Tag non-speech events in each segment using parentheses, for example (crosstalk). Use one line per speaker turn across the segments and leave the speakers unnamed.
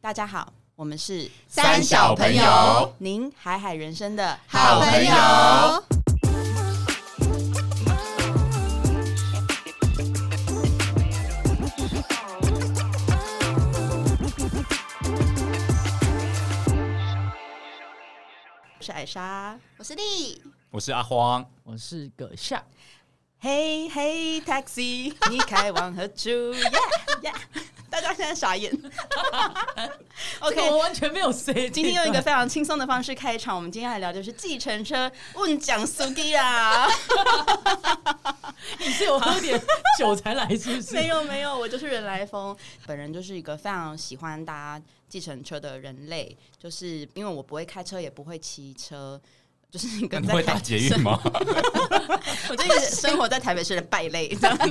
大家好，我们是
三小朋友
您海海人生的
好朋友。
我是艾莎。
我是丽，
我是阿荒，
我是葛夏，
嘿嘿，taxi，你 (laughs) 开往何处？耶耶！大家现在傻眼。OK，
我完全没
(laughs)
有谁。
今天用一个非常轻松的方式开场。我们今天来聊就是计程车问讲啊苏迪啦。
你是有喝点酒才来，是不
(laughs)
是？
没有没有，我就是人来疯。本人就是一个非常喜欢搭计程车的人类，就是因为我不会开车，也不会骑车，就是一个
那
在
你会
台
打捷运吗？
我就是生活在台北市的败类这样。
(laughs)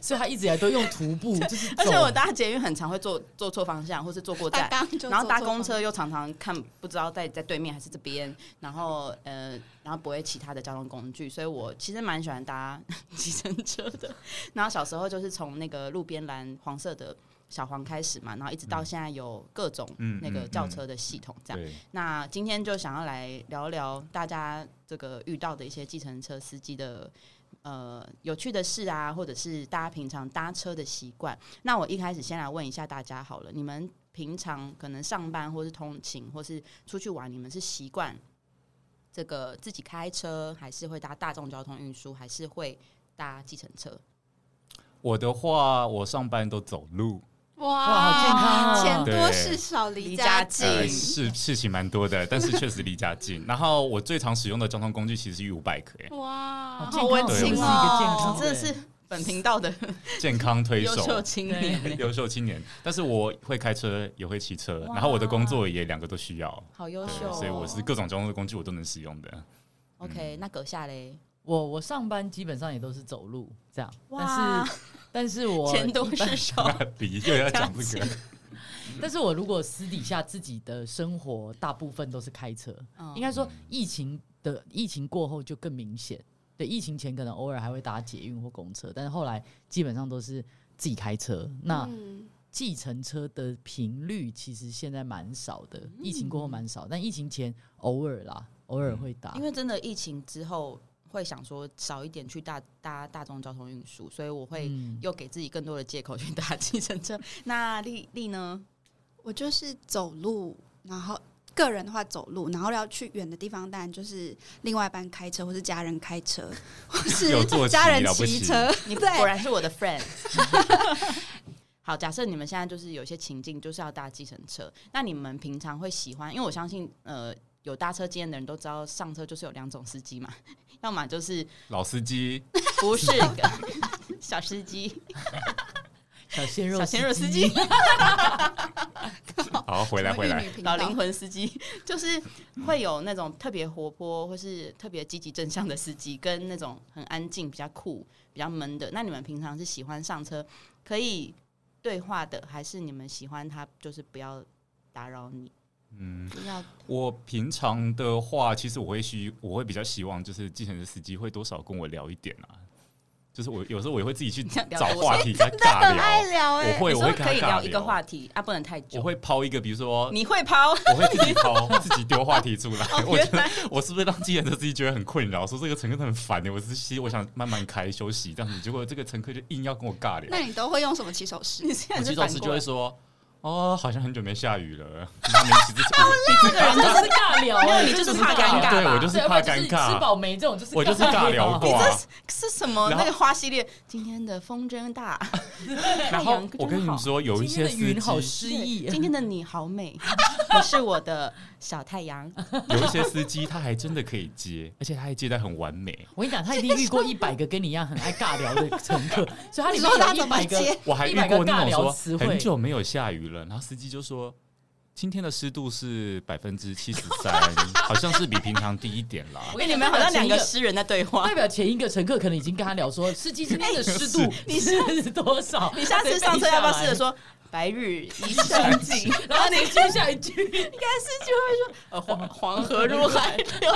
所以他一直以来都用徒
(laughs)
步，就是走
而且我搭捷运很常会坐坐错方向，或是坐过站，
搭就坐
然后搭
错
公车
方
又常常看不知道在在对面还是这边，然后呃，然后不会其他的交通工具，所以我其实蛮喜欢搭 (laughs) 计程车的。然后小时候就是从那个路边拦黄色的小黄开始嘛，然后一直到现在有各种
嗯
那个
嗯
轿
嗯
车的系统这样。
对，
那今天就想要来聊聊大家这个遇到的一些计程车司机的呃有趣的事啊，或者是大家平常搭车的习惯。那我一开始先来问一下大家好了，你们平常可能上班或是通勤或是出去玩，你们是习惯这个自己开车，还是会搭大众交通运输，还是会搭计程车？
我的话，我上班都走路，
哇好健康哦
钱多
对
事少，
离
离
家
家
近
近。
呃，事事情蛮多的，但是确实离家近。然后我最常使用的交通工具其实是 U Bike，、欸、
哇，
好
好温
对
馨
我是一
个健
哦
康！
真的是本频道
(laughs)
的
健康推
优秀
手。
青
对
年，
优秀青年，但是我会开车，也会骑车，
哇
然后我的工作也两个都需要，
好优
对
秀、哦，
所以我是各种交通工具我都能使用的。
OK。那阁下嘞，
我我上班基本上也都是走路这样，
哇
但是但是我
钱多是
(laughs)
少。
你又要讲这个，
(laughs) 但是我如果私底下自己的生活大部分都是开车，
嗯
应该说疫情的疫情过后就更明显。对，疫情前可能偶尔还会搭捷运或公车，但是后来基本上都是自己开车。那
嗯
计程车的频率其实现在蛮少
嗯
的，疫情过后蛮少，但疫情前偶尔啦，偶尔会搭
嗯因。为真的疫情之后，会想说少一点去搭搭大众交通运输，所以我会
嗯，
又给自己更多的借口去搭计程车。那丽丽呢？
我就是走路，然后个人的话走路，然后要去远的地方，当然就是另外一班开车，或是家人开车，或
有
是
坐骑
家人
了不
骑
起
车。
你
对
果然是我的 friend。好，假设你们现在就是有一些情境，就是要搭计程车，那你们平常会喜欢？因为我相信，呃，有搭车经验的人都知道，上车就是有两种司机嘛， (laughs) 要么就是
老司机，
不是 (laughs) 小司机，
小鲜肉，
小鲜肉司机，
(laughs)
好，回来回来，，
老灵魂司机， (laughs) 就是会有那种特别活泼或是特别积极正向的司机，跟那种很安静、比较酷、比较闷的。那你们平常是喜欢上车可以对话的，还是你们喜欢他就是不要打扰你？
嗯，
不要
我平常的话，其实我会希，我会比较希望就是计程车司机会多少跟我聊一点啊，就是我有时候我也会自
(laughs)
己去
想聊
找
多
话题跟他尬
很爱
聊，
聊哎、
我会
有
我
时候
会跟他
可以
尬
聊一个话题啊，不能太久。
我会抛一个，比如说
你会抛？
我会自己抛自己丢话题
(laughs)
出来，我觉
原
得
来
我是不是让计程车司机觉得很困扰，说这个乘客他很烦的，我是其实我想慢慢开休息这样子，结果这个乘客就硬要跟我尬聊
那，你都会用什么起手式？
你现在
我记
是
老
反
师就
过
会
来。
说。哦，好像很久没下雨了。那你
(laughs)
其实
这个人
就
就是
是尬
(laughs)
聊，
没有你就是怕尴尬吧
对我就是怕
对要不然
尴
就吃
尬，
饱没这种，就是
我就是尬聊
(laughs) 过。
挂。
是什么
然
那
后
个花系列？今天的风真大，
啊
太
然后
阳真
我跟你
好
们说，有一
今天
些
的
司 (laughs)
云好
机，
诗意，
今天的你好美， (laughs) 你是我的小太阳。
有
啊
一些司机他还真的可以接，而且他还接的很完美。
我跟你讲，他一定遇过一百个跟你一样很爱尬聊的乘
(laughs)
客，所以他里
你
面
说他
有
怎
一
么
百个
接？
我还遇
100个
过那
尬
种
聊
说
词汇
很久没有下雨了，然后司机就说今天的湿度是百分之七十三，
(laughs)
好像是比平常低一点啦。
我
哎，
跟
你
你
们
们
好
好
像
像
两
两
个
个
诗人在对话
代。表前一个乘客可能已经跟他聊说，司机今天的湿度
哎你
是多少？
你 (laughs) 下次上车要不要试着说“白日依山尽
他再背下来？” (laughs) 然后你接下一句，
呃， (laughs) 黄黄河入 (laughs) 海流。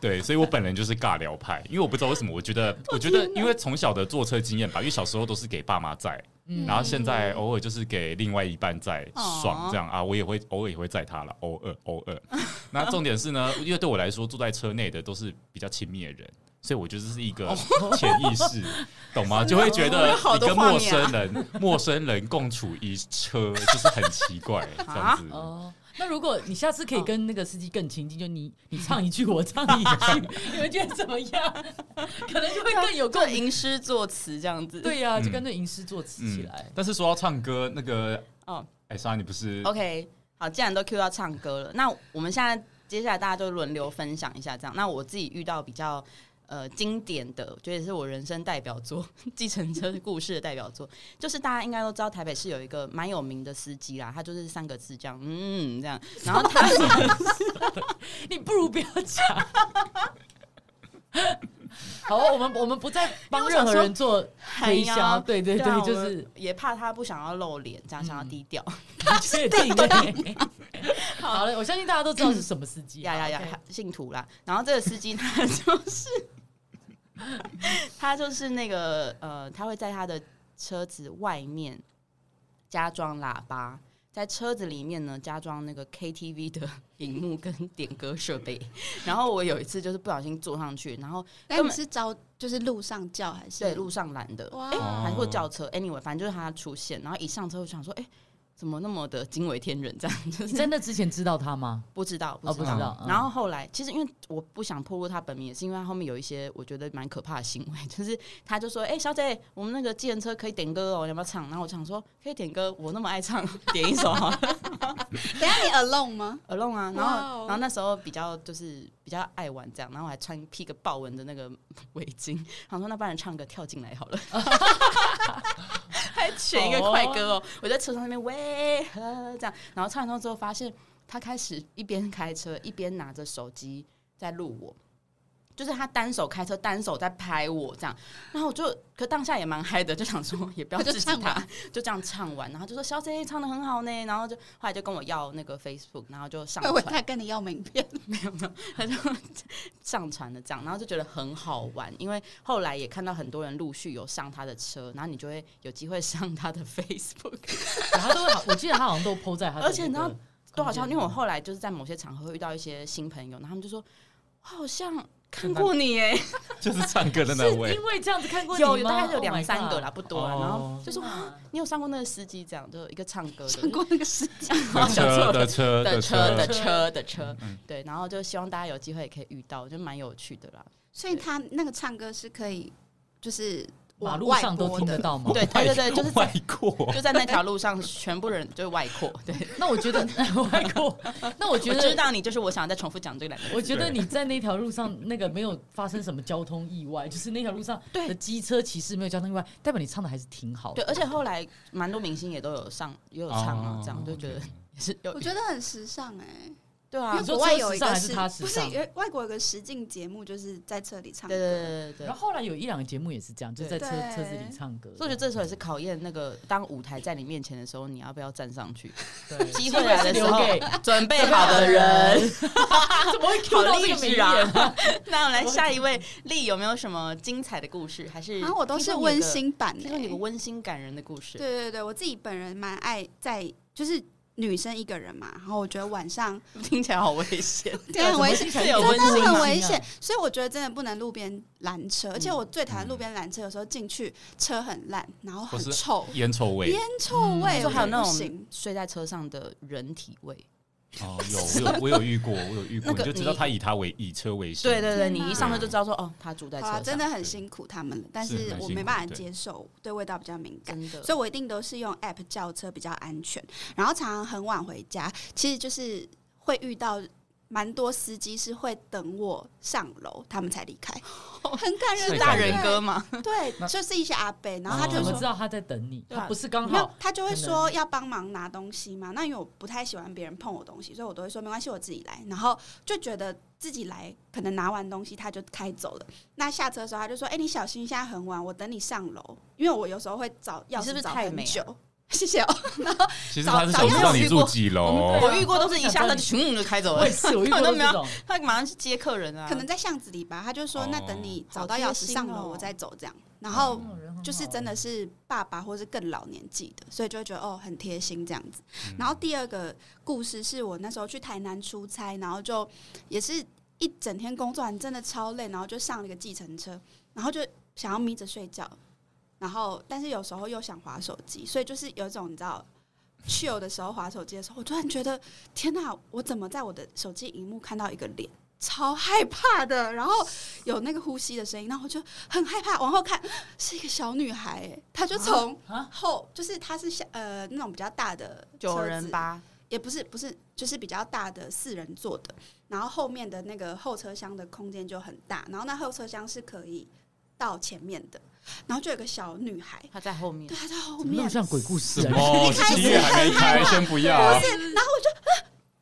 对，所以我本人就是尬
(laughs)
聊派，因为我不知道为什么，我觉得，我觉得，因为从小的坐车经验吧，因为小时候都是给爸妈载，
嗯
然后现在偶尔就是给另外一半载爽
哦
这样啊，我也会偶尔也会载他了，偶尔偶
(laughs)
尔。那重点是呢，因为对我来说，住在车内的都是比较亲密的人，所以我觉得这是一
哦
个潜
(laughs)
意识，懂吗？就会觉得
好
你
多
跟
画
陌
面啊
生人、陌生人共处一车，就是很奇怪这样
啊
子。
哦，那如果你下次
哦
可以跟那个司机更亲近，就你你唱一句，我唱
(laughs)
一句，你们觉得怎么样？可能就会更有共
做
鸣。
吟诗作词这样子。
对呀、
嗯
就干脆吟诗作词起来。
但是说到唱歌，那个
哦
哎，莎，你不是
，OK，好，既然都 Q 到唱歌了，那我们现在接下来大家就轮流分享一下，这样。那我自己遇到比较呃经典的，觉得是我人生代表作， (laughs) 计程车故事的代表作，就是大家应该都知道，台北市有一个蛮有名的司机啦，他就是三个字这样，嗯，这样，然后 (laughs) 他嗯
你不如不要讲。 (laughs) 好，啊我们我们不再帮任何人做推
哎
销。
呀
对对
啊
对，就
我 (laughs)
是嗯
也怕他不想要露脸，这样想要低调。
确定。 (laughs) 好了，我相信大家都知道是什么司
(coughs)
机。
呀呀
嗯好，OK
呀，信徒啦。然后这个司机他就是，他就是那个呃，他会在他的车子外面加装喇叭，在车子里面呢加装那个 KTV 的荧幕跟点歌设备。然后我有一次就是不小心坐上去，然后
那
根
你
本
是招就是路上叫还是
对路上拦的，
哇
哎、还或轿车，anyway，反正就是他出现，然后一上车我想说，哎、怎么那么的惊为天人？这样就
你
是
在那之前知道他吗？
不知道，
哦，
知
不
道
知。道。嗯
然后后来，其实因为我不想透露他本名，也是因为他后面有一些我觉得蛮可怕的行为， (laughs) 就是他就说：“哎、小姐，我们那个计程车可以点歌哦，你要不要唱？”然后我想说：“可以点歌，我那么爱唱， (laughs) 点一首好了
等一下你 alone 吗？
alone 啊。”然
哇
后，
哦
然后那时候比较就是比较爱玩这样，然后我还穿披个豹纹的那个围巾，想说那不然唱个跳进来好了， (laughs) 还选一个快歌哦，我在车上那边喂呵这样，然后唱一唱之后发现。他开始一边开车一边拿着手机在录我，就是他单手开车，单手在拍我这样。然后我就，可当下也蛮嗨的，就想说也不要
他就
制止
唱
他，
完
(laughs) 就这样唱完，然后就说小姐唱的很好呢，然后就后来就跟我要那个 Facebook，然后就上
会不会
传，
他跟你要名片？
他就上传了这样，然后就觉得很好玩，因为后来也看到很多人陆续有上他的车，然后你就会有机会上他的 (laughs) Facebook。
然后都会好，我记得他好像都 PO 在他的那
而
个空间。
且你知道都好像，因为我后来就是在某些场合会遇到一些新朋友，然后他们就说，我好像看过你耶，
就是唱歌的那
是
位
因为这样子看过你吗
有有大概有
Oh my
两三个啦，
God
不多啦。然后
哦
就说啊，你有上过那个司机这样，就一个唱歌的
上过那个时间，
(laughs) 哦
的车
的
的车
车嗯的
车，
车的车，对，然后就希望大家有机会也可以遇到，就蛮有趣的 (laughs) 啦。
所以他那个唱歌是可以，就是
马
往
路
外
上都
播
听得
的。
到吗？
对对对对，就是在
外国
就在那条路上，全部人就是外扩。对，
那我觉得外国，那我觉
我知
得。
道你就是我想再重复讲这两个字。
我觉得你在那条路上，那个没有发生什么交通意外，就是那条路上
对
的机车骑士没有交通意外，代表你唱的还是挺好
对，
的。
而且后来蛮多明星也都有上，也有唱啊，这样就觉得 (laughs) 也是有
我。觉得很时尚哎、
对
因
啊
为
你，说
国外有一
车
个
时尚还是
实
他时
不是
尚
有外国有个实境节目，就是在车里唱歌。
对对对对
然
对。
后后来有一两个节目也是这样，就是在车
对
车子里唱歌。
所以我觉得这时候也是考验那个，当舞台在你面前的时候，你要不要站上去？
对
机会来的时候
机会是留给
准备好的人， (laughs)
怎么会 Q
好
到这
励
个名
志
言
啊
啊？！
那我们来下一位，丽有没有什么精彩的故事？还是
然啊后我都是温，馨版
听
的、
说你有个温馨感人的故事。
对对对，我自己本人蛮爱在就是女生一个人嘛，然后我觉得晚
(laughs)
上
听起来好危险。
(laughs) 对啊很危险，
是有温
真的
馨
啊
很
吗
危险，所以我觉得真的不能路边拦车，而
嗯
且我最讨厌路边拦车，有时候进去车很烂，然后很
或是
臭，
烟臭味
烟臭
嗯
味，
就还有那
我觉得不
种
行。
睡在车上的人体味。
哦，有我有我有遇过，我有遇过，
那
你
个
就知道他以他为以车为生。
对对对，
天
你
哪
一上车就知道说，哦，他住在车
好啊，
上，
真的很
对
辛苦他们了，但
是
是
蛮
我
辛
没
苦
办法
对
接受，对味道比较敏感。
真的。
所以我一定都是用 app 叫车比较安全。然后常常很晚回家，其实就是会遇到蛮多司机是会等我上楼，他们才离开，很感人，
是
以
大
感
人哥 (laughs) 吗？
对，
那
就是一些阿伯，然后他就
怎
哦
么
说
知。道他在等你？
对啊
他不是刚
没有
好，
他就会
可能
说要帮忙拿东西嘛。那因为我不太喜欢别人碰我东西，所以我都会说没关系，我自己来。然后就觉得自己来，可能拿完东西他就开走了。那下车的时候他就说：“哎、你小心，现在很晚，我等你上楼。”因为我有时候会找钥匙
你是不是
找
太
很
美啊
久，谢谢哦。
其实他是想知道你住几楼，
我遇过都是一下车就咻就开走
我
了
也，是，我遇
看
过
到
这
没有
种，
他马上去接客人啊。
可能在巷子里吧，他就说：“
哦
那等你找到
好贴
钥匙
心
上楼，
哦
我再走。”这样，然后
哦人很好
就是真的是爸爸或是更老年纪的，所以就会觉得哦很贴心这样子。
嗯
然后第二个故事是我那时候去台南出差，然后就也是一整天工作完真的超累，然后就上了一个计程车，然后就想要眯着睡觉，然后但是有时候又想划手机，所以就是有一种你知道。chill 的时候划手机的时候，我突然觉得天哪，我怎么在我的手机荧幕看到一个脸，超害怕的。然后有那个呼吸的声音，然后我就很害怕，往后看是一个小女孩，哎，她就从
啊
后，就是她是小呃那种比较大的
九
车
人
子，
吧，
也不是不是，就是比较大的四人座的，然后后面的那个后车厢的空间就很大，然后那后车厢是可以到前面的，然后就有个小女孩，
他在后面
对，。她在后
那
面
么，像鬼故事
什
啊？
么
一开始
七月还没开，先不要啊。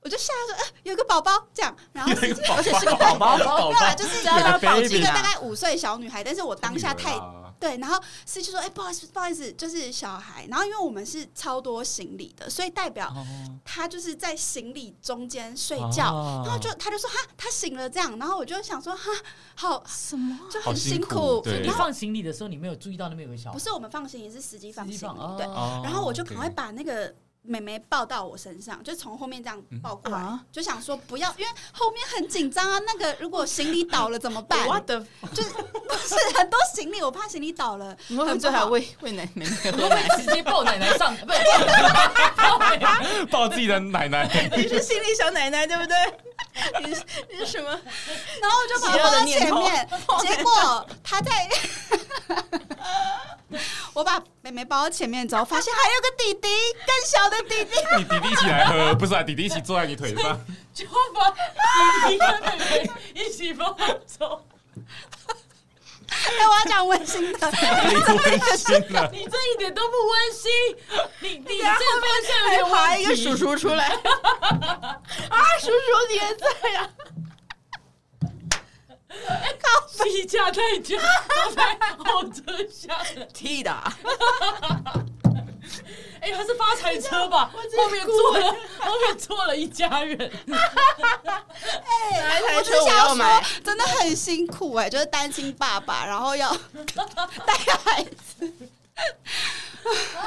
我就吓得说，呃，有个宝宝这样，然后是
而且是个宝
(laughs)
宝，宝
对啊，
宝
就是
要让她抱
一
紧
个
啊
大概五岁小女孩，但是我当下太对，然后司机说：“哎、不好意思，不好意思，就是小孩。”然后因为我们是超多行李的，所以代表
哦
他就是在行李中间睡
哦
觉。
啊
然后就他就说：“哈，他醒了。”这样，然后我就想说：“哈，好，
什么？
就
好
很
辛
辛
苦对
你
然后
放行李的时候，你没有注意到那边有个小
不是我们放行李，是司机放
司机
行
放
李。
哦
对，
哦
然后我就赶快把那个妹妹抱到我身上，就从后面这样抱过来，
嗯啊
就想说不要，因为后面很紧张啊。那个如果行李倒了怎么
(laughs)
办？
我的，
就是 (laughs) 不是很多行李，我怕行李倒了。
(laughs) 你会不会最好喂喂奶
(laughs)
妹妹喝奶？
直接抱奶奶上，不是
抱自己的奶奶，
你是心理小奶奶对不对？ (laughs) 你是你是什么？
然后我就把它放到前面，
(laughs)
结果他在， (laughs) 我把妹妹抱到前面之后，发现还有个弟弟，更小的弟弟， (laughs)
你弟弟一起来喝，不是啊，弟弟一起坐在你腿上，
就把弟弟跟妹妹一起抱走。
哎，我要讲温馨的，哎
太温馨了。
你这一点都不温馨，你你这方向
还哎
有点
爬
问
一
题
个叔，叔出来 (laughs) 啊！叔叔你也在 (laughs) 呀、
膝架太久，我在后车厢。
踢的啊，
哎，他是发财车吧？后面坐了，后面坐了一家人。
哪一台
我只
车
是
我
想要
要买
说？，真的很辛苦哎、就是担心爸爸，然后要带孩子。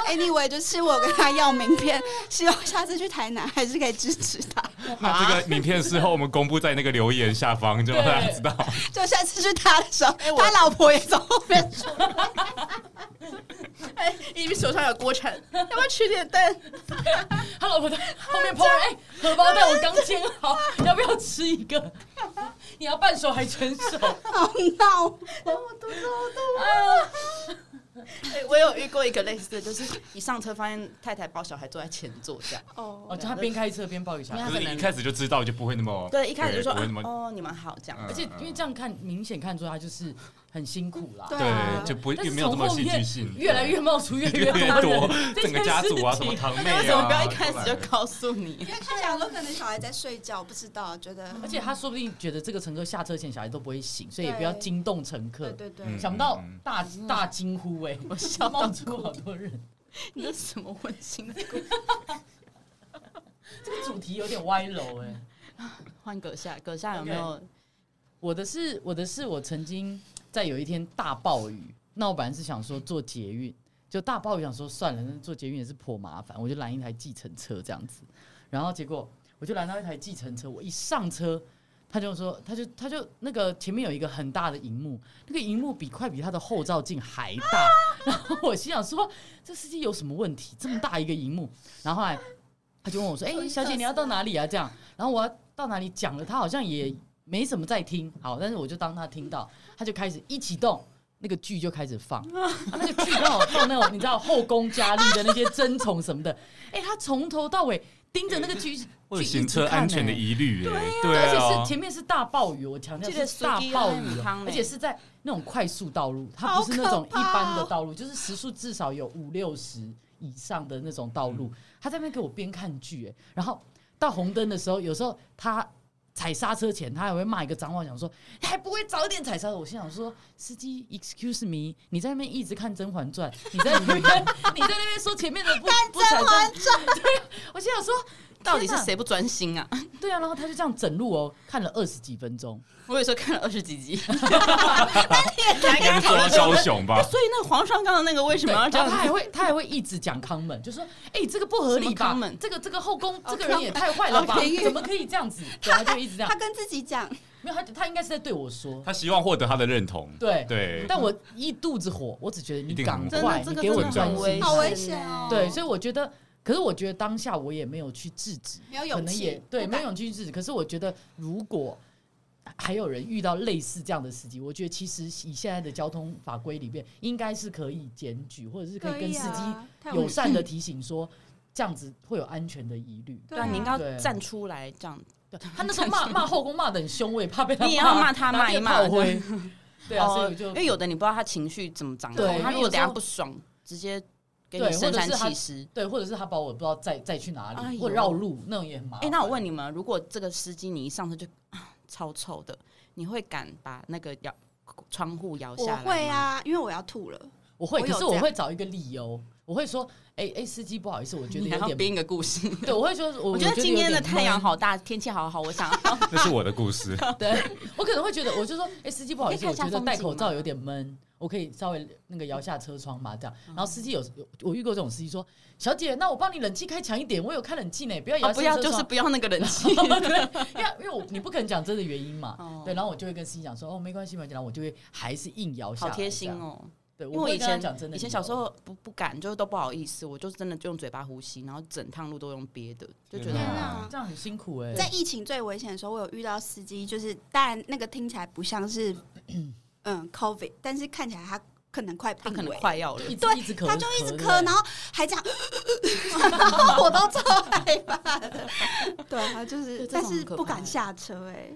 Anyway，就是我跟他要名片，希望下次去台南还是可以支持他。 (laughs)
那这个名片事后我们公布在那个留言下方，就让大家知道。
就下次去他的时候，
哎我
他老婆也从后面出来
哎，你手上有锅铲，要不要吃点蛋？
他老婆在后面抛人，哎，荷包蛋我刚煎好，要不要吃一个？ (laughs) 你要半手还全手？
好闹。
啊，
哎，我有遇过一个类似的，就是一上车发现太太抱小孩坐在前座这样。
哦，
哦，
就他边开车边抱一下。
他
就
可
是
能
一开始就知道，就不会那么
(laughs) 对，一开始就说
不会那么
哦，你们好这样。
嗯
而且因为这样看，明显看出他就是很辛苦啦。
对啊
对，就不会
但
也
是
没有
从
这么
后
戏剧
面
性，
越来越冒
(laughs)
出越来
越
多
多
人，，这
整个
件
家
事
族啊，什
情
么堂妹
那
啊，
(laughs) 为什么不要一开始就告诉你
因？为看两个可能小孩在睡觉，不知道，觉得
而且他说不定觉得这个乘客下车前小孩都不会醒，所以也不要惊动乘
对
客。
对对，
嗯
想不到大大惊呼哎，我笑冒出好多人。
(laughs) 你这什么温馨的故事？
这个主题有点歪楼哎。
(laughs) 换阁下，阁下有没有
我的是我的是我曾经在有一天大暴雨，那我本来是想说坐捷运，就大暴雨想说算了，那坐捷运也是颇麻烦，我就拦一台计程车这样子。然后结果我就拦到一台计程车，我一上车，他就说他就他就那个前面有一个很大的荧幕，那个荧幕比快比他的后照镜还大。然后我心想说这司机有什么问题？这么大一个荧幕，然后后来他就问我说：“哎、小姐你要到哪里啊？”这样，然后我要到哪里讲了，他好像也没什么在听，好，但是我就当他听到，他就开始一启动。那个剧就开始放，啊、那个剧刚好放那种你知道后宫佳丽的那些争宠什么的，哎、他从头到尾盯着那个剧，
会有
剧
行
一直
车
看
安全的
欸
疑虑耶，对
而且
啊
是，前面是大暴雨，我强调
记得
是大
司机
暴
要
雨
喝
哦、
汤欸
而且是在那种快速道路，它不是那种一
哦
般的道路，就是时速至少有五六十以上的
嗯
那种道路。他在那边给我边看剧、欸，然后到红灯的时候，有时候他踩刹车前，他还会骂一个脏话，想说还不会早点踩刹车。我心想说，司机，excuse me，你在那边一直看《甄
(laughs)
嬛传》，你在那边你在那边说前面的不不踩刹车，对，啊我心想说
到底是
天哪
谁不专心啊？ (laughs)
对啊，然后他就这样整路哦，看了二十几分钟。
我有时候看了二十几 (laughs) 集，
跟抓枭雄
(laughs)
吧，
哎所以那皇上刚刚那个为什么
对，
要这
然
样
后他还
子？
会他还会一直讲康门，就说：“哎、这个不合理
什么
吧
康门？
这个这个后宫这个人也太坏了吧
哦康门？
怎么可以这样子？”对，他就一直这样
他。跟自己讲，
没有，他他应该是在对我说，
他希望获得他的认同。
对。
对，
但我一肚子火，我只觉得你
一定
赶
很
真的
快，，
这
你
个
给我
真的
专
很
心。
好危
险
险
欸
哦
对，所以我觉得，可是我觉得当下我也没有去制止，
没有
可
勇
能
气
也，对，
不
没
敢
有勇气制止。可是我觉得，如果还有人遇到类似这样的司机，我觉得其实以现在的交通法规里面，应该是可以检举，或者是可以跟司机友善
嗯
的提醒说，这样子会有安全的疑虑。
对啊，你应该要
对
站出来这样，
对
(laughs)
他那时候骂骂后宫骂的很凶，我也怕被他
你也要骂他
然后
骂一
就
骂
炮灰。
(laughs)
对啊，所以
哦
我就
因为有的你不知道他情绪怎么掌控
对，
他如果
因为有时
等
候
下不爽，直接给
对
你
或
身
者
残
是他
气失。
对，或者是他把我不知道载载去哪
哎
里，
呦
或绕路那种也很麻
哎、
烦。
那我问你们，如果这个司机你一上车就、啊超臭的，你会敢把那个摇窗户摇
我
下来？
会，啊，因为我要吐了。
我会，
我
可
有
是
这
我
样
会找一个理由，我会说，哎、哎、司机不好意思，我觉得
你还
有
要
点，
编一个故事。
对，我会说，我
我
我
觉得今天的太阳
好，
好大，天气好好，我 (laughs) 想要
这是我的故事。
(laughs) 对我可能会觉得，我就说，哎、司机不好意
你
思，
可
我
以看
觉
一下
得戴口
风景
罩
吗
有点闷，我可以稍微那个摇下车窗嘛，这样。然后司机有，有我遇过这种司机说，小姐，那我帮你冷气开强一点，我有开冷气呢，不要摇
啊
下
不
车窗。
要就是 (laughs) 不要那个人气。
因为因为我你不可能讲真的原因嘛，
哦
对，然后我就会跟司机讲说，哦，没关系，没关系，然后我就会还是硬摇下
好
来，
贴心，哦！
对，
因为
不
我
会
以
跟他
前
讲真的
以前
理
小
由
时候不不敢，就是都不好意思，我就真的就用嘴巴呼吸，然后整趟路都用憋的，就觉
天
得
天
很
啊
这样很辛苦哎、
在疫情最危险的时候，我有遇到司机，就是当然那个听起来不
(clears throat)
像是嗯 COVID，但是看起来他可能快
他
病
可能
危，
快要了。
一直
对
一直咳，
他就一直
对不对
咳，然后还这样， (laughs) 然后我都超害怕的。对啊，就是
对这种
但是
很可怕欸
不敢下车哎，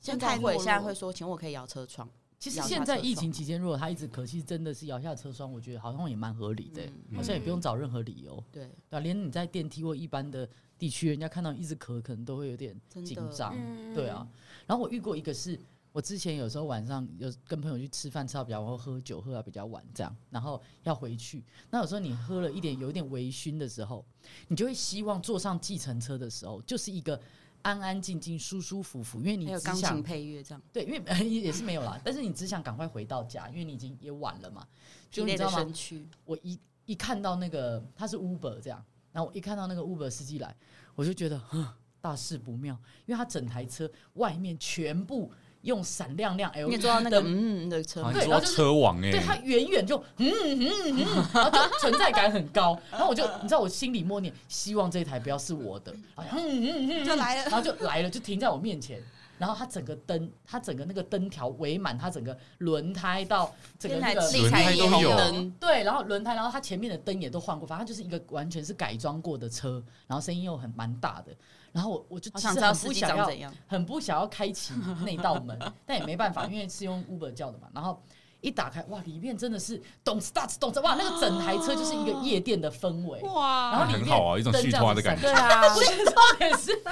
现在会
就太懦弱
现在会说，请我可以摇车窗。
其实
摇下
现在
车
疫
窗
情期间，如果他一直咳，其实真的是摇下车窗，我觉得好像也蛮合理的、欸
嗯
好像也不用找任何理由，
对，
对、吧？啊连你在电梯或一般的地区，人家看到一直咳，可能都会有点
真的
紧张，
嗯
对啊。然后我遇过一个是。我之前有时候晚上有跟朋友去吃饭，吃到比较晚，或喝酒喝到比较晚，这样，然后要回去。那有时候你喝了一点，有一点微醺的时候，你就会希望坐上计程车的时候，就是一个安安静静、舒舒服服，因为你
还有
只
钢
想
琴配乐这样，
对，因为 (laughs) 也是没有啦，但是你只想赶快回到家，因为你已经也晚了嘛。
疲
就你
累
知
的
道吗
身？躯。
我一一看到那个他是 Uber 这样，然后我一看到那个 Uber 司机来，我就觉得呵大事不妙，因为他整台车外面全部用闪亮亮
你也
LED
坐到那个
灯。
嗯嗯的车
好
门，
像
对
啊说到车王哎、
对他远远就嗯嗯嗯，然后就存在感很高，然后我就你知道我心里默念，希望这一台不要是我的，然后嗯嗯嗯，
就来了。
然后就来了，就停在我面前。然后它整个灯，它整个那个灯条围满它整个轮胎到整个
天来
那个
理
轮
财
胎
也
都
红
有
灯，
对，然后轮胎，然后它前面的灯也都换过，反正就是一个完全是改装过的车，然后声音又很蛮大的。然后我我就
好
其
想
实
知道
很
司
不
机
想
长
要，
怎样。
很不想要开启那道门，但也没办法，因为是用 Uber 叫的嘛。然后一打开，哇，里面真的是懂 start 懂哇，那个
啊
整台车就是一个夜店的氛围。然
哇
后里面
很好啊一种
灯
续
这样
团
子
的感
闪
对
对
啊
不，是重点是，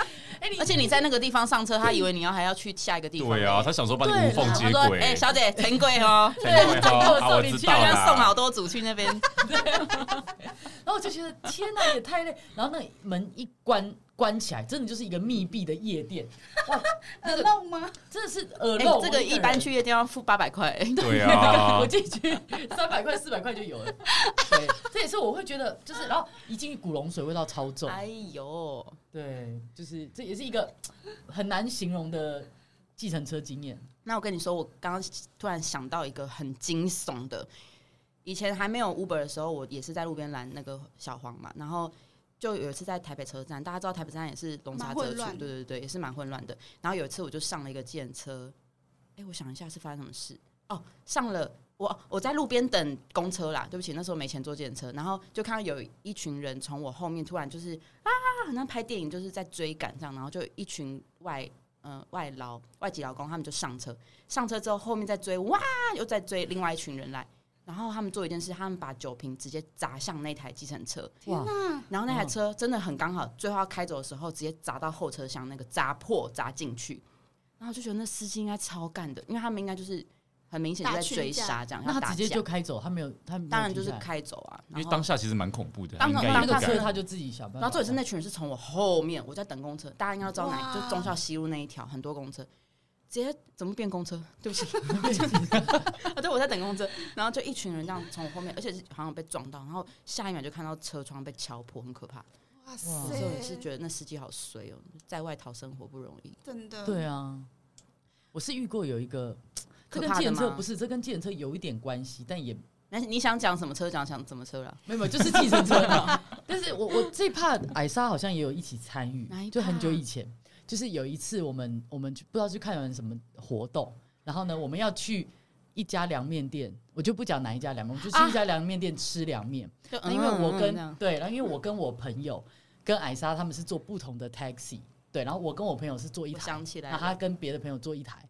哎、你
而且你在那个地方上车，他以为你要还要去下一个地方。欸
对啊，他想说把你无缝
哎他
接
说：“
轨、
哎，小姐，陈贵哦，
才会
对
好
我
啊，
送
我
你
知
去
道
刚刚
啦。
送好多组去那 (laughs) 边，
(laughs) 然后我就觉得天哪，也太累。然后那个门一关关起来，真的就是一个密闭的夜店，哇，那个
弄吗？
真的是耳
哎
漏。，
这个一般去夜店要付八百块，
对
那个
啊
(laughs) 我，进去三百块四百块就有
(laughs)
了。对，这也是我会觉得，就是然后一进去古龙水味道超重，
哎呦，
对，就是这也是一个很难形容的计程车经验。
那我跟你说，我刚刚突然想到一个很惊悚的，以前还没有 Uber 的时候，我也是在路边拦那个小黄嘛，然后就有一次在台北车站，大家知道台北车站也是龙沙
蛮
车
混
区，
乱的
对对对，也是蛮混乱的。然后有一次我就上了一个电车，哎，我想一下是发生什么事哦，上了。我我在路边等公车啦，对不起，那时候没钱坐电车，然后就看到有一群人从我后面突然就是啊，好像拍电影就是在追赶这样，然后就有一群外呃外劳外籍劳工他们就上车，上车之后后面再追，哇，又再追另外一群人来，然后他们做一件事，他们把酒瓶直接砸向那台计程车，
哇，
那
然后那台车真的很刚好，最后要开走的时候直接砸到后车厢那个砸破砸进去，然后就觉得那司机应该超干的，因为他们应该就是很明显就在追杀这样，
那
要
他
打
直接
架
就开走，他没有，他没有
当然就是
停下来
开走啊，
因为
然后
当下其实蛮恐怖的，
当
应该
当
也
那
不
个
当
车
敢。
他就自己想办法。
然后这也是那群人是从我后面，我在等公车，大家应该要知道哪，
哇
就忠孝西路那一条很多公车，直接怎么变公车？对不起， (laughs) 啊，对，我在等公车，然后就一群人这样从我后面，而且是好像被撞到，然后下一秒就看到车窗被敲破，很可怕。嗯
哇
哇
所
塞
以我是觉得那司机好衰哦，在外讨生活不容易。
真的
对啊，我是遇过有一个，这
可
跟
怕
计
的
程车
吗
不？是，这跟计程车有一点关系，但也
那你想讲什么车？讲想什么车啦？
没有，没有就是计程车嘛。 (laughs) 但是我我这一趴艾莎好像也有一起参与
哪一，
就很久
趴
以前，就是有一次我们我们去不知道去看完什么活动，然后呢我们要去一家凉面店，我就不讲哪一家凉面，我们就去一家凉面店吃凉面。
就
那因为我跟、
嗯嗯嗯这样
对，然后因为我跟我朋友跟艾莎他们是坐不同的 taxi，对，然后我跟我朋友是坐一
我
台，
想起来
然后他
了，
跟别的朋友坐一台，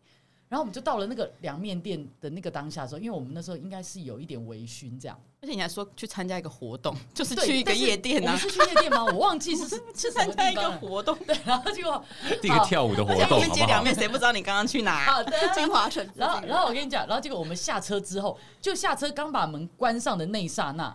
然后我们就到了那个凉面店的那个当下的时候，因为我们那时候应该是有一点微醺这样，
而且你还说去参加一个活动，就是
对
去一个
但是
夜店
我
啊
们，是去夜店吗？我忘记是是
去
是
参
什么
加一
地
个
方啊了，
活动。
对，然后结果
第一个跳舞的活动，
面
好
接
不
两
好？
面，谁不知道你刚刚去哪？
好的。
精华城，
然后，然后我跟你讲，然后结果我们下车之后，就下车刚把门关上的那一刹那，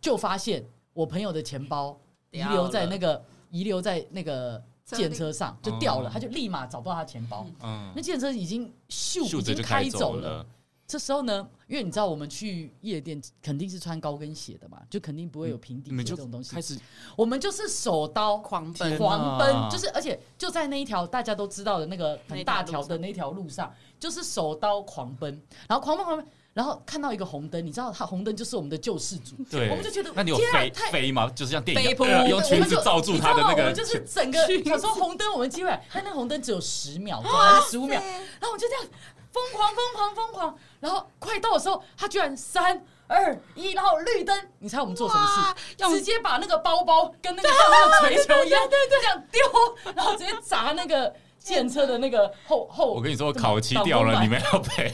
就发现我朋友的钱包遗留在那个遗留在那个电车上，就掉了，
哦
他就立马找不到他钱包。
嗯
那，电车已经咻
竖
已
着
经
就
开
开
走
走
了，
了，
这时候呢，因为你知道我们去夜店肯定是穿高跟鞋的嘛，就肯定不会有平底
你
鞋
们就
这种东西
开。始
我们就是手刀
狂奔
天
狂奔，
哪
就是而且就在那一条大家都知道的那个很大条的那条路上，就是手刀狂奔，然后狂奔狂奔，然后看到一个红灯，你知道它红灯就是我们的救世主，
对，
我们就觉得
那你有
天啊
飞
太
飞吗？就是像电影
飞
一
扑
样呃 (laughs)
对
用裙子罩住他的那
我
个
们就
裙
是
(laughs)
整个想说红灯我们机会，但那个红灯只有十秒钟
啊
还是十五秒，然后我就这样疯狂疯狂疯狂，然后快到的时候，他居然三二一，然后绿灯，你猜我们做什么事？
用
直接把那个包包跟那个像那个锤球一样，这样丢，然后直接砸那个电车的那个后后。
我跟你说，烤漆掉
挡风
了，
板
你们要
(laughs)
赔。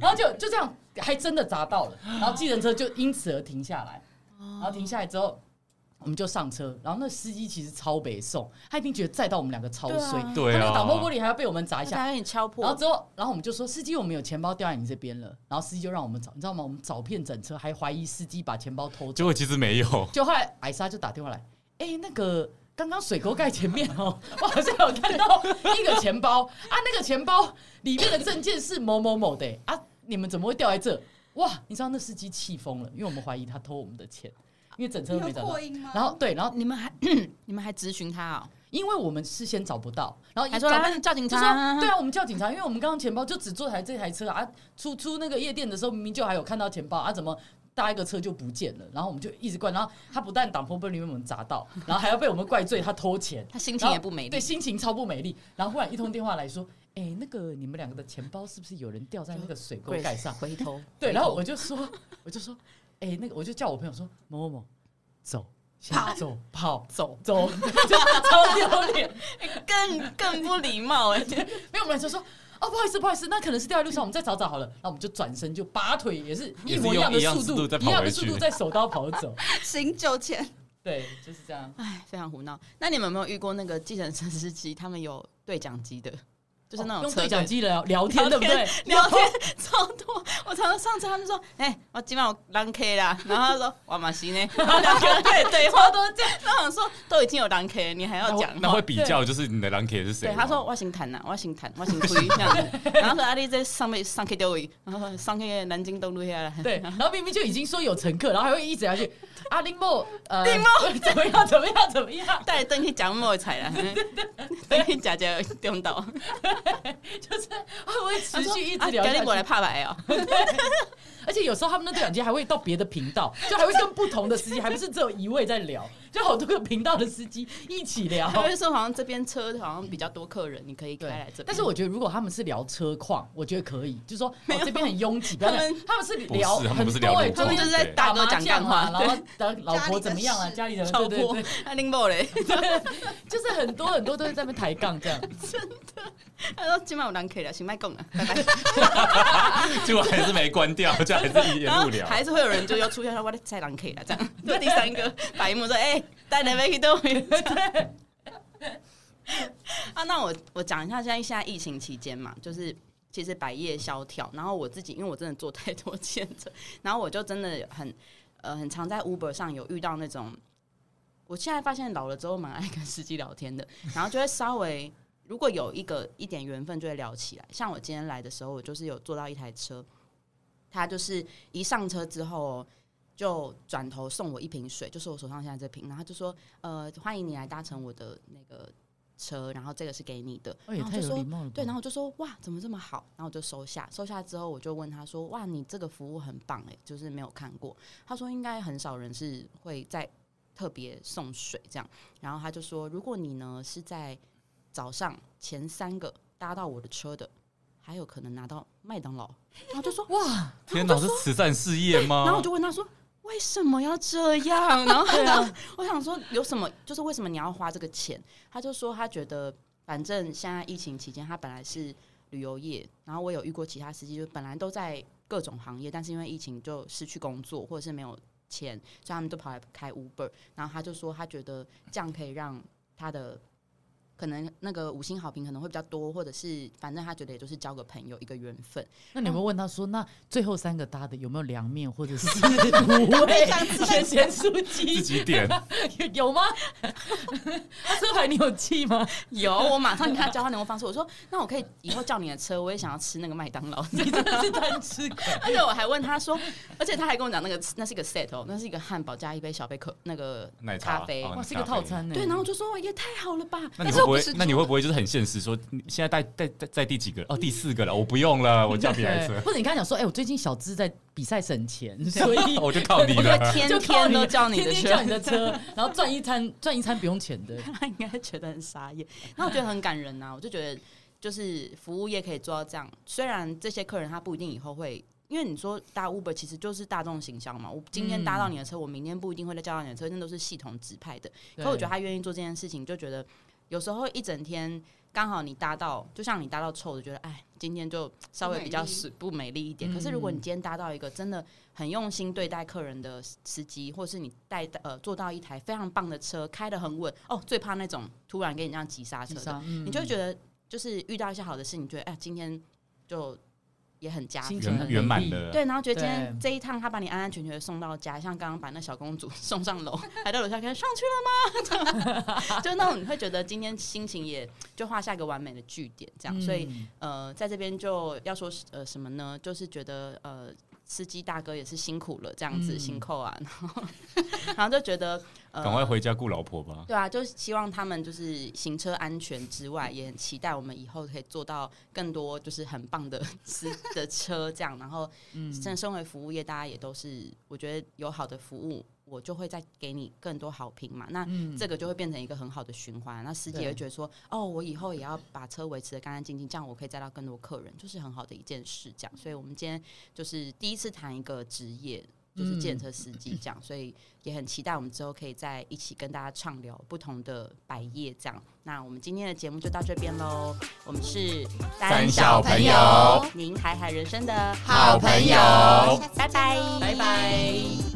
然后就就这样，还真的砸到了，然后计程车就因此而停下来，然后停下来之后。我们就上车，然后那司机其实超北送，他一定觉得载到我们两个超衰，
对啊
(laughs) 对
他那
啊
个，挡风玻璃还要被我们砸一
大
下。
家给你敲破，
然后之后，然后我们就说司机，我们有钱包掉在你这边了。然后司机就让我们找，你知道吗？我们找遍整车，还怀疑司机把钱包偷走。
结果其实没有。
就后来艾莎就打电话来，哎、那个刚刚水沟盖前面哦、我好像有看到一个钱包啊，那个钱包里面的证件是某某某的、欸啊，你们怎么会掉在这？哇，你知道那司机气疯了，因为我们怀疑他偷我们的钱，因为整车都没
有
找到
扩。音吗？
然后对，然后
你们还 (coughs) 你们还咨询他哦，
因为我们事先找不到，然后一
还说
找
他哦叫警
就说
(laughs) 察，
对啊，我们叫警察，因为我们刚刚钱包就只坐台这台车啊，啊出出那个夜店的时候明明就还有看到钱包啊，怎么？搭一个车就不见了，然后我们就一直怪，然后他不但挡风玻璃被我们砸到，然后还要被我们怪罪他偷钱，
他心情也不美
对，
丽。
心情超不美丽。然后忽然一通电话来说，哎、那个你们两个的钱包是不是有人掉在那个水沟盖上？
回头，
对，然后我就说，我就说，哎、那个我就叫我朋友说，某某某，走，先
跑
走，跑，
走，
走， (laughs) 就超丢脸。
更更不礼貌 (laughs) 哎，
没有，我们就说。哦，不好意思，不好意思，那可能是掉在路上，我们再找找好了。然后我们就转身，就拔腿，也是一模样的
也是用一样
速
速度再
一
跑
样的
回
速
去
度在手刀跑走。
(laughs) 醒酒前
对，就是这样。
哎，非常胡闹。那你们有没有遇过那个计程车司机，他们有对讲机的， (laughs) 就是那种
哦用
车
对讲
长
机聊聊天，对
聊
不
天
对？
(laughs) 聊天超多，我常常上车，他们说，哎，我今晚我狼 K 啦，啊 (laughs) 然后他说我马西呢，然后两个人 (laughs) 对 (laughs) 对话，
超多这样。
那我想说都已经有狼 K，了你还要讲话？
那会比较就是你的 l u c 是谁
对，
吗？
他说我先谈呐，我先谈，我先
(laughs)
推这样子。然后说阿丽在上面上去丢位，然后说上去南京东路啊下来。
(laughs) 对，然后明明就已经说有乘客，然后还会一直
(laughs)
下去。啊，林某，呃，林某 (laughs) 怎么样？怎么样？怎么样？ (laughs)
带灯去讲莫菜啦，灯去假假中岛。
就是会不会 (laughs) 持续一直
啊
聊
赶紧过
下
来
去？
拍牌
(laughs)
哦。
而且有时候他们那对讲机还会到别的频道，就还会跟不同的司机，还不是只有一位在聊，就好多个频道的司机一起聊。
他会说好像这边车好像比较多客人，你可以开
对
来这边。
但是我觉得如果他们是聊车况，我觉得可以，就是说哦这边很拥挤，不要这样他们是聊
不是他
很
们不是聊
多欸
路
他
况
们
就
就是是在
打
大哥
麻
讲
将
干
嘛，
话，(laughs)
然后等老婆怎么样啊，
家
家里人
超
对对
破
对，
啊林某嘞， (laughs)
就是很多很多都是在那边抬杠这样。
他说今晚有人可以了，请麦讲了，拜拜。
(laughs) 结果还是没关掉，就还是一言
(laughs) 然后
不聊。
还是会有人就又出现说我的菜人可以啊了这
(laughs)
样。那第三个白目说哎，带你们去都 (laughs) 啊，那我我讲一下，现在现在疫情期间嘛，就是其实百业萧条，然后我自己因为我真的做太多兼职， (laughs) 然后我就真的很呃很常在 Uber 上有遇到那种，我现在发现老了之后蛮爱跟司机聊天的，然后就会稍微如果有一个一点缘分就会聊起来。像我今天来的时候，我就是有坐到一台车，他就是一上车之后哦、就转头送我一瓶水，就是我手上现在这瓶，然后他就说：“呃，欢迎你来搭乘我的那个车，然后这个是给你的。”
哦，也
然后
太
就
有
说
礼貌了吧。
对，然后我就说哇，怎么这么好？然后我就收下，收下之后我就问他说哇，你这个服务很棒哎、就是没有看过。他说应该很少人是会在特别送水这样，然后他就说如果你呢是在早上前三个搭到我的车的，还有可能拿到麦当劳。然后我就说
哇，
天哪，是慈善事业吗？
然后我就问他说：“为什么要这
(laughs)
样？”然后他
对啊
就我想说有什么，就是为什么你要花这个钱？他就说他觉得反正现在疫情期间，他本来是旅游业，然后我有遇过其他司机，就本来都在各种行业，但是因为疫情就失去工作或者是没有钱，所以他们就跑来开 Uber。然后他就说他觉得这样可以让他的。可能那个五星好评可能会比较多，或者是反正他觉得也就是交个朋友一个缘分，
那你有没有问他说，那最后三个搭的有没有凉面或者
(laughs)
是卤味、咸咸酥
(laughs) 自
鸡？
己
(laughs)
点，
有吗？他车牌你有记吗？
有，我马上跟他交换联络方式。我说，那我可以以后叫你的车，我也想要吃那个麦当劳。
你真的是贪吃鬼。
而且我还问他说，而且他还跟我讲那个那是一个 set 哦，那是一个汉堡加一杯小杯可那个
奶茶
咖啡。
哦
哇，是一个套餐欸呢。
对，然后我就说也太好了吧。
那
但
你
是
会
我
不会
是？
那你会不会就是很现实说，你现在在在在在第几个？哦，第四个了，我不用了，我叫别人
对
车，
或者你跟他讲说，哎，我最近小资在比赛省钱，所
(laughs)
以
我就靠你
我觉
了
得。天
就靠
天都叫你的
天天
车， (laughs)
叫你的车，然后赚一餐赚一餐不用钱的。
他应该觉得很傻眼。然后我觉得很感人呐、啊我就觉得就是服务业可以做到这样，虽然这些客人他不一定以后会。因为你说搭 Uber 其实就是大众形象嘛，我今天搭到你的车，我明天不一定会再叫到你的车，那都是系统指派的。 (laughs) 可我觉得他愿意做这件事情，就觉得有时候一整天刚好你搭到，就像你搭到臭的，觉得哎，今天就稍微比较是不美丽一点。
嗯
可是如果你今天搭到一个真的很用心对待客人的司机，或是你带呃坐到一台非常棒的车，开得很稳，哦，最怕那种突然给你这样急刹车
对嗯
的，你
你
就会觉得就是遇到一些好的事，你觉得哎，今天就也很加分
心。情
圆圆满了，
对，然后觉得今
对
天这一趟他把你安安全全的送到家，像刚刚把那小公主送上楼，还到楼下跟她上去了吗？就 (laughs) 那种你会觉得今天心情也就画下一个完美的句点，这
嗯
样。所以呃，在这边就要说呃什么呢？就是觉得呃。司机大哥也是辛苦了，这样子、
嗯
辛苦啊，然后 (laughs) 然后就觉得呃，
赶快回家顾老婆吧。
对啊，就是希望他们就是行车安全之外，也很期待我们以后可以做到更多就是很棒的司的车这样。然后，嗯，身身为服务业，大家也都是我觉得有好的服务，我就会再给你更多好评嘛。那这个就会变成一个很好的循环。那司机也会
对
觉得说，哦，我以后也要把车维持的干干净净，这样我可以载到更多客人，就是很好的一件事。这样，所以我们今天就是第一次谈一个职业，就是
嗯
建车司机这样，所以也很期待我们之后可以在一起跟大家畅聊不同的百业这样。那我们今天的节目就到这边喽，我们是
三小
朋友
您海海人生的
好
朋友
下次见
拜拜，
拜拜。